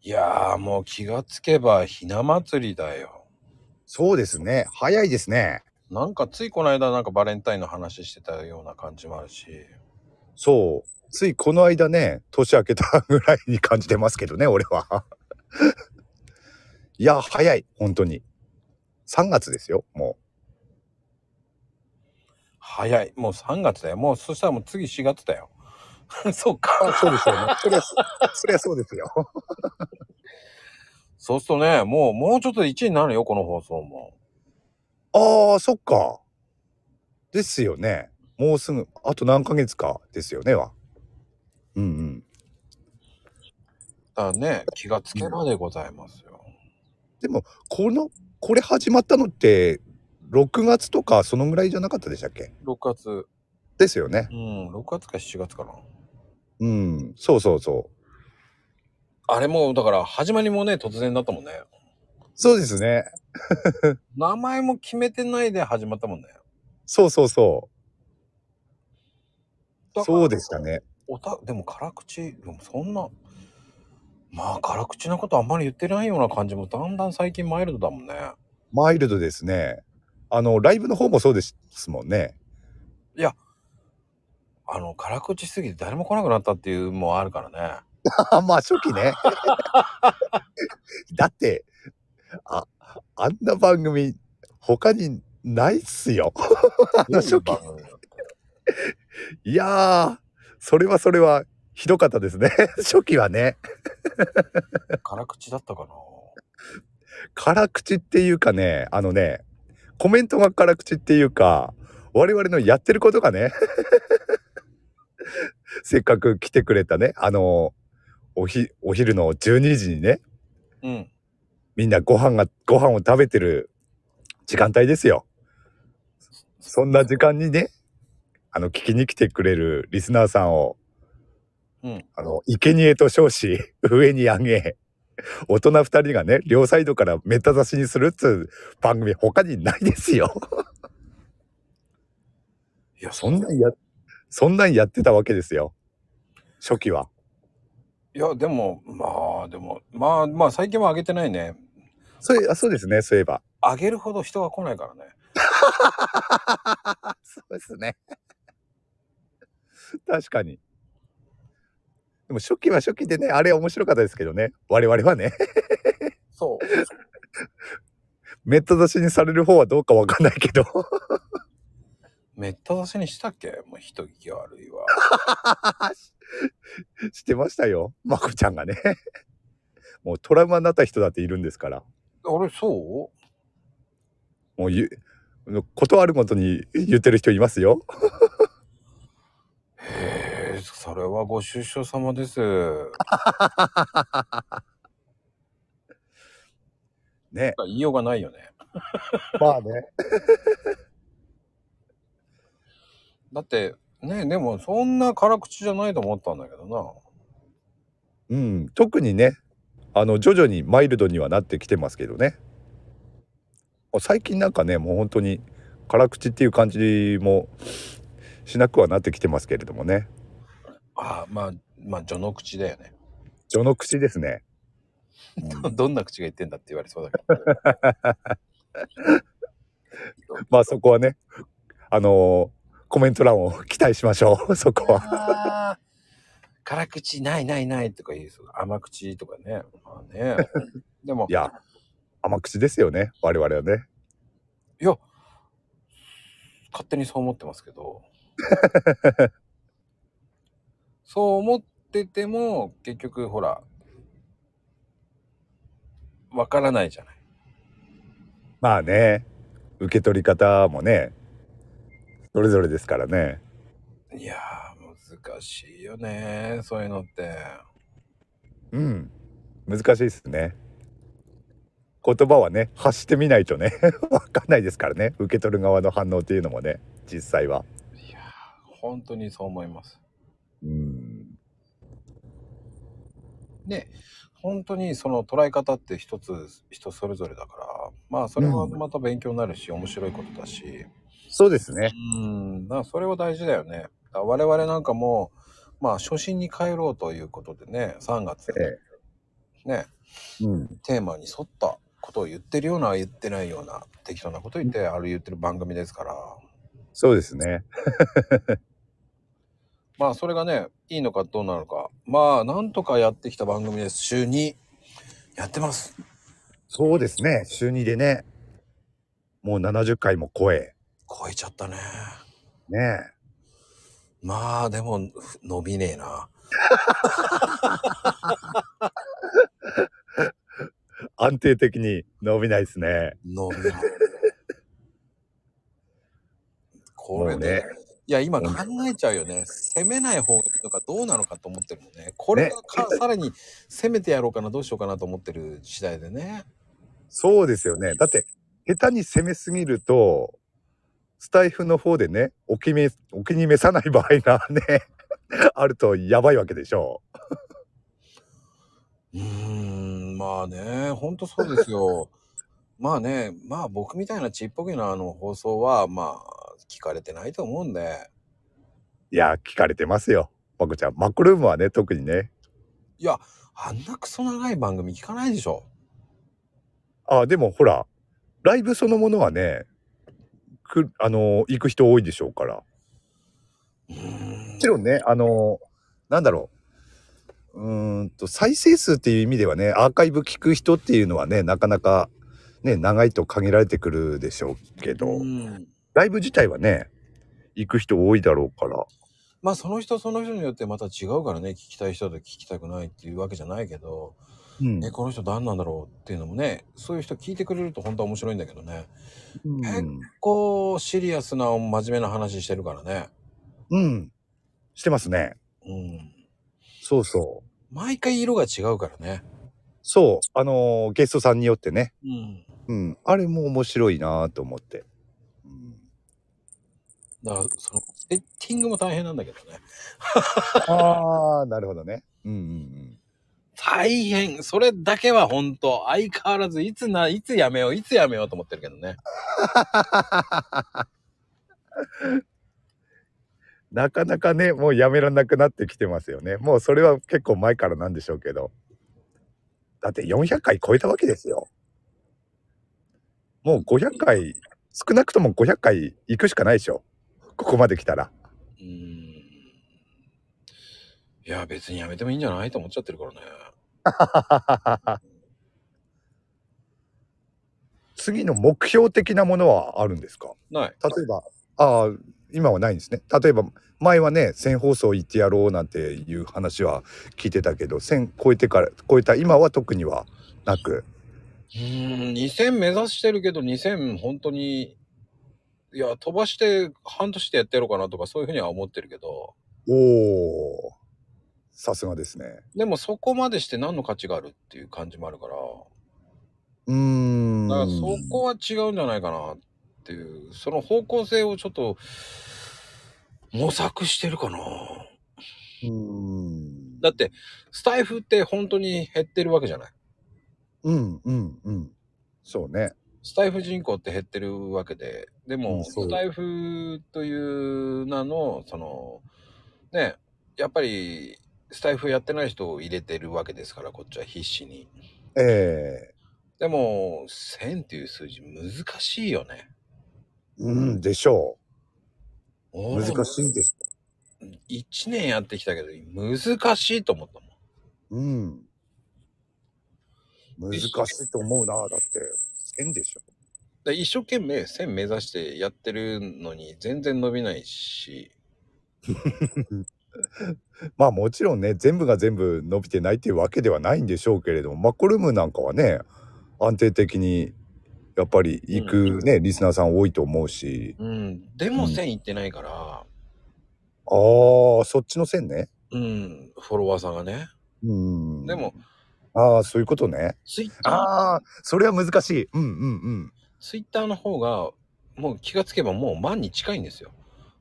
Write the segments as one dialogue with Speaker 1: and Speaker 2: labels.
Speaker 1: いやー、もう気がつけばひな祭りだよ。
Speaker 2: そうですね。早いですね。
Speaker 1: なんかついこの間なんかバレンタインの話してたような感じもあるし。
Speaker 2: そう。ついこの間ね、年明けたぐらいに感じてますけどね、俺は。 いや、早い。本当に。3月ですよ、も
Speaker 1: 早い。もう3月だよ。もうそしたらもう次4月だよ。 そっ
Speaker 2: う。
Speaker 1: か。
Speaker 2: あそうですよね。そりゃ、そりゃそうですよ。
Speaker 1: そうするとね、もう、もうちょっとで1位になるよ、この放送も。
Speaker 2: ああ、そっか。ですよね。もうすぐ、あと何ヶ月かですよね、は。うんうん。
Speaker 1: だからね、気がつけばでございますよ。
Speaker 2: この、これ始まったのって、6月とかそのぐらいじゃなかったでしたっけ
Speaker 1: 6月、
Speaker 2: ですよね。
Speaker 1: うん、6月か7月かな。
Speaker 2: うん、そうそうそう。
Speaker 1: あれもう、だから始まりもね、突然だったもんね。
Speaker 2: そうですね。
Speaker 1: 名前も決めてないで始まったもんね。
Speaker 2: そうそうそ
Speaker 1: だ
Speaker 2: う。
Speaker 1: から
Speaker 2: そうでしたね。
Speaker 1: おたでも辛口でもそんなまあ辛口なことあんまり言ってないような感じもだんだん最近マイルドだもんね
Speaker 2: マイルドですね。あの、ライブの方もそうですもんね。
Speaker 1: あの辛口すぎて誰も来なくなったっていうのもあるから ね
Speaker 2: あ まあ、初期ね。 だって、あ、あんな番組、他にないっすよ。あの初期
Speaker 1: どういう番組だった
Speaker 2: いやー、それはそれは、ひどかったですね。 初期はね。
Speaker 1: 辛口だったかな
Speaker 2: 辛口っていうかね、あのね、コメントが辛口っていうか、我々のやってることがね、 せっかく来てくれたね、あの、おひ、お昼の12時にね、
Speaker 1: うん
Speaker 2: みんなご飯が、ご飯を食べてる時間帯ですよ。そんな時間にね、あの、聞きに来てくれるリスナーさんを、
Speaker 1: うん
Speaker 2: あの、生贄と称し、上に上げ、大人二人がね、両サイドからめった刺しにするっつう番組他にないですよ。
Speaker 1: いやそ
Speaker 2: そ
Speaker 1: ん
Speaker 2: ん
Speaker 1: な
Speaker 2: ないんや、そんなんやってたわけですよ。初期は。
Speaker 1: やでもまあでもまあまあ最近は上げてないね
Speaker 2: そういあそうですね、そういえば。
Speaker 1: 上げるほど人が来ないからね
Speaker 2: そうですね。 確かに。でも初期は初期でね、あれ面白かったですけどね。我々はね、
Speaker 1: そう
Speaker 2: めった出しにされる方はどうかわかんないけど。
Speaker 1: めった出しにしたっけもう人聞き悪いわ
Speaker 2: してましたよ。まこちゃんがね。 もうトラウマになった人だっているんですから。
Speaker 1: あれそう
Speaker 2: もう ゆ、ことあるごとに言ってる人いますよ。
Speaker 1: へえそれはご出所様です
Speaker 2: ね。
Speaker 1: 言いようがないよね
Speaker 2: まあね。
Speaker 1: だってねでもそんな辛口じゃないと思ったんだけどな
Speaker 2: うん。特にね、あの、徐々にマイルドにはなってきてますけどね。最近なんかね、もう本当に辛口っていう感じもしなくはなってきてますけれどもね。
Speaker 1: あまあまあ序の口だよね
Speaker 2: 序の口ですね。うん
Speaker 1: どんな口が言ってんだって言われそうだけど
Speaker 2: まあそこはね、あのコメント欄を期待しましょう。 そこは。
Speaker 1: あー 辛口ないないないとか言いそう甘口とかねまあ ねでも
Speaker 2: いや、甘口ですよね。我々はね。
Speaker 1: いや勝手にそう思ってますけど そう思ってても結局ほらわからないじゃない
Speaker 2: まあね、受け取り方もね、それぞれですからね。
Speaker 1: いやー難しいよねそういうのって
Speaker 2: うん。難しいですね。言葉はね、発してみないとね、 わかんないですからね。受け取る側の反応っていうのもね、実際は。
Speaker 1: いやー本当にそう思います
Speaker 2: うん。
Speaker 1: で本当にその捉え方って一つ人それぞれだからまあそれはまた勉強になるし、面白いことだし
Speaker 2: そうですね。
Speaker 1: うんだからそれは大事だよねだから我々なんかもまあ初心に帰ろうということでね3月
Speaker 2: ええ
Speaker 1: ね
Speaker 2: うん、
Speaker 1: テーマに沿ったことを言ってるような言ってないような適当なこと言ってあれ言ってる番組ですから
Speaker 2: そうですね。
Speaker 1: まあそれがねいいのかどうなのかまあなんとかやってきた番組です週にやってます
Speaker 2: そうですね。週2でね、もう70回も超え、
Speaker 1: 超えちゃったね
Speaker 2: ねえ。
Speaker 1: まあでもふ伸びねえな
Speaker 2: 安定的に伸びないですね。
Speaker 1: 伸 びないこれね
Speaker 2: も
Speaker 1: いや今考えちゃうよね攻めない方がいいのかどうなのかと思ってるもんねこれがか、さらに攻めてやろうかなどうしようかなと思ってる次第でね
Speaker 2: そうですよね。だって、下手に攻めすぎると、スタイフの方でね、お気めお気に召さない場合がね、 あるとやばいわけでしょ
Speaker 1: うーんまあねほんとそうですよ まあねまあ僕みたいなちっぽけなあの放送はまあ聞かれてないと思うんで
Speaker 2: う。いや、聞かれてますよ。まこちゃん、マックルームはね、特にね。
Speaker 1: いやあんなクソ長い番組聞かないでしょ
Speaker 2: あ、でもほら、ライブそのものはね、くあの行く人多いでしょうから。も
Speaker 1: うーん
Speaker 2: ちろんね、あのなんだろう。うーんと、再生数っていう意味ではね、アーカイブ聞く人っていうのはね、なかなか、ね、長いと限られてくるでしょうけど。
Speaker 1: うん
Speaker 2: ライブ自体はね、行く人多いだろうから。
Speaker 1: まあその人その人によってまた違うからね聞きたい人と聞きたくないっていうわけじゃないけど、
Speaker 2: うん
Speaker 1: えこの人何なんだろうっていうのもねそういう人聞いてくれると本当は面白いんだけどね
Speaker 2: うん。
Speaker 1: こうシリアスな真面目な話してるからね
Speaker 2: うん。してますね。
Speaker 1: うん
Speaker 2: そうそう。
Speaker 1: 毎回色が違うからね
Speaker 2: そう。あのーゲストさんによってね。
Speaker 1: うん
Speaker 2: うん。あれも面白いなと思って。うん、
Speaker 1: だからそのセッティングも大変なんだけどね
Speaker 2: ああ、なるほどね。うんうんうん。
Speaker 1: 大変それだけは本当相変わらずいつないつやめよういつやめようと思ってるけどね
Speaker 2: なかなかね、もうやめられなくなってきてますよね。もうそれは結構前からなんでしょうけど。だって400回超えたわけですよ。もう500回、少なくとも500回行くしかないでしょ。ここまで来たら。
Speaker 1: うんいや別にやめてもいいんじゃないと思っちゃってるからね
Speaker 2: 次の目標的なものはあるんですか
Speaker 1: ない
Speaker 2: 例えば、ああ、今はないんですね。例えば、前はね、1000放送行ってやろうなんていう話は聞いてたけど、1000超えてから、超えた今は特にはなく。
Speaker 1: うーん2000目指してるけど2000本当にいや飛ばして半年でやってやろうかなとかそういうふうには思ってるけど
Speaker 2: おお、さすがですね。
Speaker 1: でもそこまでして何の価値があるっていう感じもあるから
Speaker 2: うーん。
Speaker 1: だからそこは違うんじゃないかなっていうその方向性をちょっと模索してるかな
Speaker 2: うーん。
Speaker 1: だってスタイフって本当に減ってるわけじゃない
Speaker 2: うんうんうん。そうね。
Speaker 1: スタイフ人口って減ってるわけで、で
Speaker 2: う
Speaker 1: も、
Speaker 2: んそう
Speaker 1: スタイフという名の、その、ね、やっぱり、スタイフやってない人を入れてるわけですから、こっちは必死に。
Speaker 2: ええ
Speaker 1: でも、1000っていう数字難しいよね。
Speaker 2: うんでしょう。
Speaker 1: 難
Speaker 2: 難しいです。
Speaker 1: い。1年やってきたけど、難しいと思ったもん。
Speaker 2: うん。難しいと思うな、だって。変でしょ。
Speaker 1: で一生懸命1000目指してやってるのに、全然伸びないし、
Speaker 2: まあもちろんね、全部が全部伸びてないっていうわけではないんでしょうけれども、マッコルームなんかはね、安定的に、やっぱり行くね、リスナーさん多いと思うし。
Speaker 1: うん、でも1000いってないから、
Speaker 2: ああ、そっちの線ね。
Speaker 1: うん、フォロワーさんがね。
Speaker 2: うん。
Speaker 1: でも、
Speaker 2: ああ、そういうことね。
Speaker 1: ツイッター、
Speaker 2: ああ、それは難しい。うんうん
Speaker 1: ツイッターの方が、もう気がつけばもう万に近いんですよ。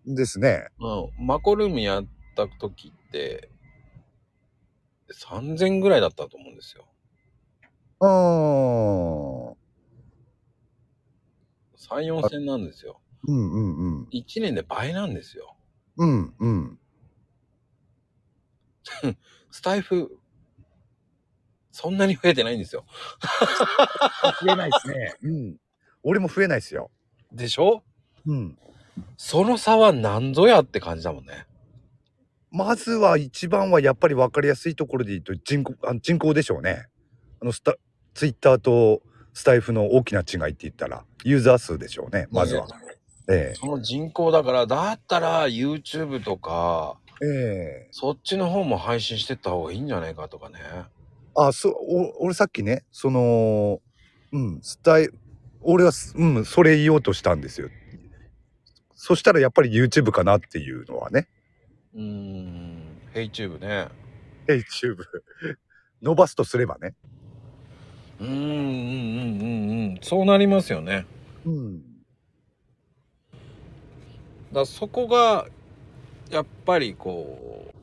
Speaker 2: うん。ですね。
Speaker 1: うん。マコルームやった時って、3000ぐらいだったと思うんですよ。
Speaker 2: うーん。
Speaker 1: 3、4000なんですよ。
Speaker 2: うんうんうん。
Speaker 1: 1年で倍なんですよ。
Speaker 2: うんうん。
Speaker 1: スタイフ、そんなに増えてないんですよ。
Speaker 2: 増えないですね。うん。俺も増えないですよ。
Speaker 1: でしょ
Speaker 2: うん。
Speaker 1: その差は何ぞやって感じだもんね。
Speaker 2: まずは一番はやっぱり分かりやすいところで言うと人口あ人口でしょうね。あのスタツイッターとスタイフの大きな違いって言ったらユーザー数でしょうね。まずは。。え
Speaker 1: その人口だから、だったら YouTube とか、
Speaker 2: えええ
Speaker 1: そっちの方も配信してった方がいいんじゃないかとかね。
Speaker 2: あ、そう、お俺さっきね、その、うん、スタイ、俺はす、うん、それ言おうとしたんですよ。そしたらやっぱり YouTube かなっていうのはね。
Speaker 1: うーん、HeyTube ね。
Speaker 2: YouTube。伸ばすとすればね。
Speaker 1: うーん、うん、うん、うん、うん。そうなりますよね。
Speaker 2: うん。
Speaker 1: だからそこが、やっぱりこう、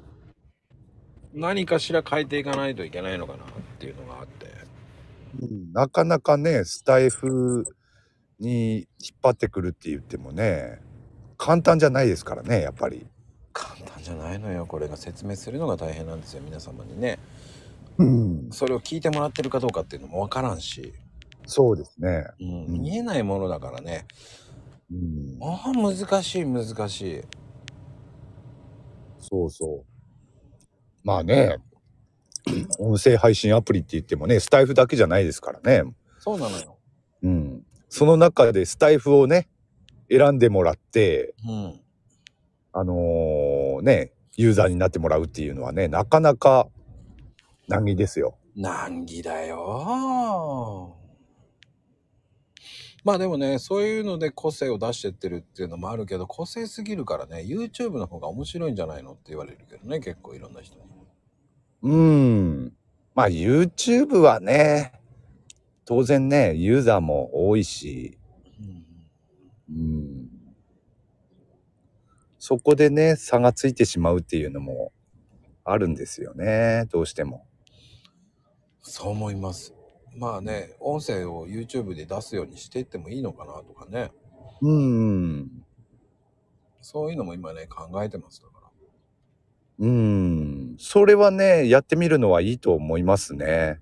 Speaker 1: 何かしら変えていかないといけないのかなっていうのがあって。
Speaker 2: うんなかなかねスタイフに引っ張ってくるって言ってもね簡単じゃないですからねやっぱり。
Speaker 1: 簡単じゃないのよ。これが説明するのが大変なんですよ。皆様にね。
Speaker 2: うん、
Speaker 1: それを聞いてもらってるかどうかっていうのもわからんし、
Speaker 2: そうですね。
Speaker 1: うん
Speaker 2: うん
Speaker 1: 見えないものだからね。
Speaker 2: うん、
Speaker 1: ああ、難しい、難しい。
Speaker 2: そうそう。まあね音声配信アプリって言ってもねスタイフだけじゃないですからね。
Speaker 1: そうなのよ。
Speaker 2: うん、その中でスタイフをね選んでもらって
Speaker 1: うん。
Speaker 2: あのーねユーザーになってもらうっていうのはねなかなか難儀ですよ。
Speaker 1: 難儀だよ。まあでもね、そういうので個性を出してってるっていうのもあるけど、個性すぎるからね、YouTube の方が面白いんじゃないのって言われるけどね、結構いろんな人に。
Speaker 2: うん。まあ YouTube はね、当然ね、ユーザーも多いし、
Speaker 1: うん、
Speaker 2: うん。そこでね、差がついてしまうっていうのもあるんですよね、どうしても。
Speaker 1: そう思います。まあね、音声を YouTube で出すようにしていってもいいのかなとかね、
Speaker 2: うん。
Speaker 1: そういうのも今ね、考えてますだから。
Speaker 2: うん。それはね、やってみるのはいいと思いますね。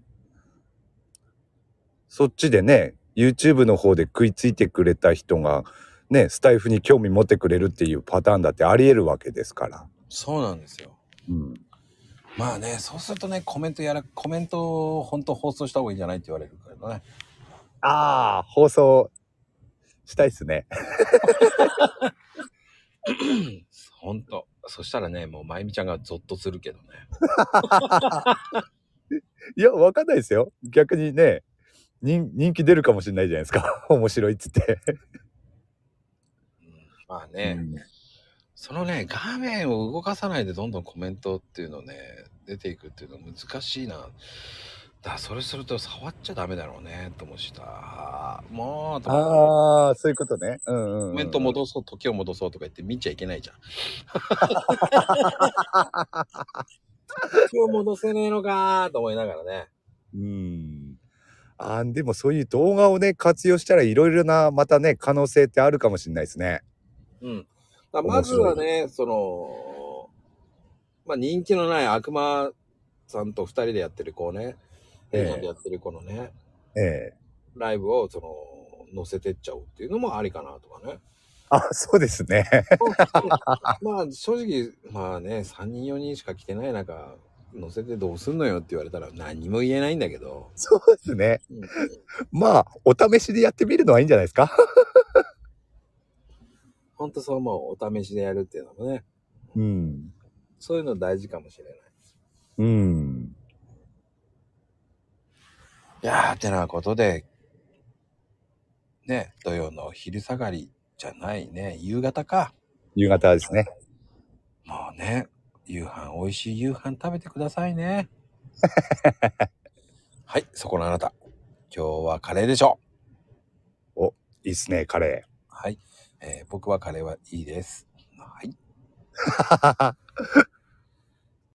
Speaker 2: そっちでね、YouTube の方で食いついてくれた人が、ね、スタイフに興味持ってくれるっていうパターンだってあり得るわけですから。
Speaker 1: そうなんですよ。
Speaker 2: うん。
Speaker 1: まあね、そうするとね、コメントやら、コメントを本当放送した方がいいんじゃないって言われるからね。
Speaker 2: ああ、放送したいっすね。
Speaker 1: 本当。そしたらね、もうまゆみちゃんがゾッとするけどね。
Speaker 2: いや、わかんないですよ。逆にね、人人気出るかもしれないじゃないですか。 面白いっつって。
Speaker 1: まあね、そのね、画面を動かさないでどんどんコメントっていうのね、出ていくっていうのは難しいな。だからそれすると触っちゃダメだろうね、と思うしさ。もう、と思って
Speaker 2: ああ、そういうことね。うんうん、
Speaker 1: コメント戻そう、時を戻そうとか言って見ちゃいけないじゃん。 時を戻せねえのかーと思いながらね。
Speaker 2: うん。あーでもそういう動画をね、活用したらいろいろな、またね、可能性ってあるかもしれないですね。
Speaker 1: うん。だからまずはね、その、まあ人気のない悪魔さんと二人でやってる子をね、
Speaker 2: ええ
Speaker 1: 映画でやってる子のね、
Speaker 2: ええ。
Speaker 1: ライブをその、載せてっちゃおうっていうのもありかなとかね。
Speaker 2: あ、そうですね。
Speaker 1: まあ正直、まあね、3人4人しか来てない中、載せてどうすんのよって言われたら何も言えないんだけど。
Speaker 2: そうですね。まあ、お試しでやってみるのはいいんじゃないですか。
Speaker 1: ほんとそう思う。お試しでやるっていうのもね、
Speaker 2: うん。
Speaker 1: そういうの大事かもしれない。
Speaker 2: うん。
Speaker 1: いやー、てなことで、ね、土曜の昼下がりじゃないね、夕方か。
Speaker 2: 夕方ですね。
Speaker 1: もうね、夕飯、美味しい夕飯食べてくださいね。はい、そこのあなた。今日はカレーでしょ
Speaker 2: いいっすね、カ
Speaker 1: う。
Speaker 2: レ
Speaker 1: はい、えー僕はカレーはいいです。はい。
Speaker 2: ー。